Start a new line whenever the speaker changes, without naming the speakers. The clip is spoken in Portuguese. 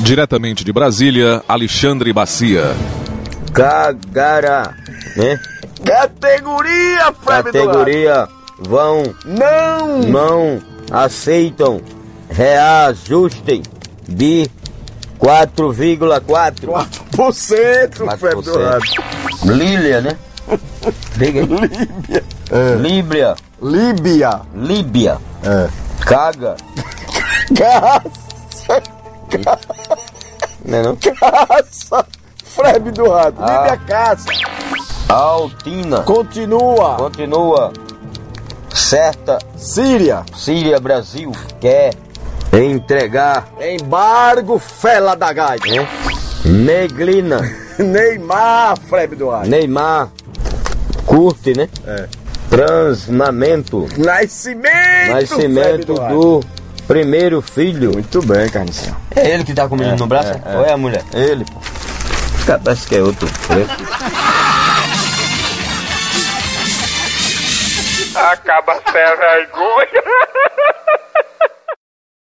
Diretamente de Brasília, Alexandre Bacia.
Cagara, né?
Categoria, Fábio
Categoria vão
Não!
não aceitam reajuste de 4,4%.
4%, Fábio Dourado.
Lília, né? Liga aí. É.
É.
Líbia,
Líbia.
Líbia,
É.
caga,
Caça,
né não?
caça. Fábio Dourado.
Ah.
Líbia caça.
Altina,
Continua.
continua certa
Síria.
Síria Brasil quer entregar
Embargo, fela da gaita.
né? Neglina,
Neymar, Fábio Dourado.
Neymar, curte, né?
É.
Transnamento,
Nascimento, Fábio
nascimento
Dourado.
do primeiro filho.
Muito bem, Carlos.
É ele que tá com o menino no braço?
é, é.
Ou é a mulher? Ele, pô. Cara, Parece que é outro.
Acaba até a vergonha.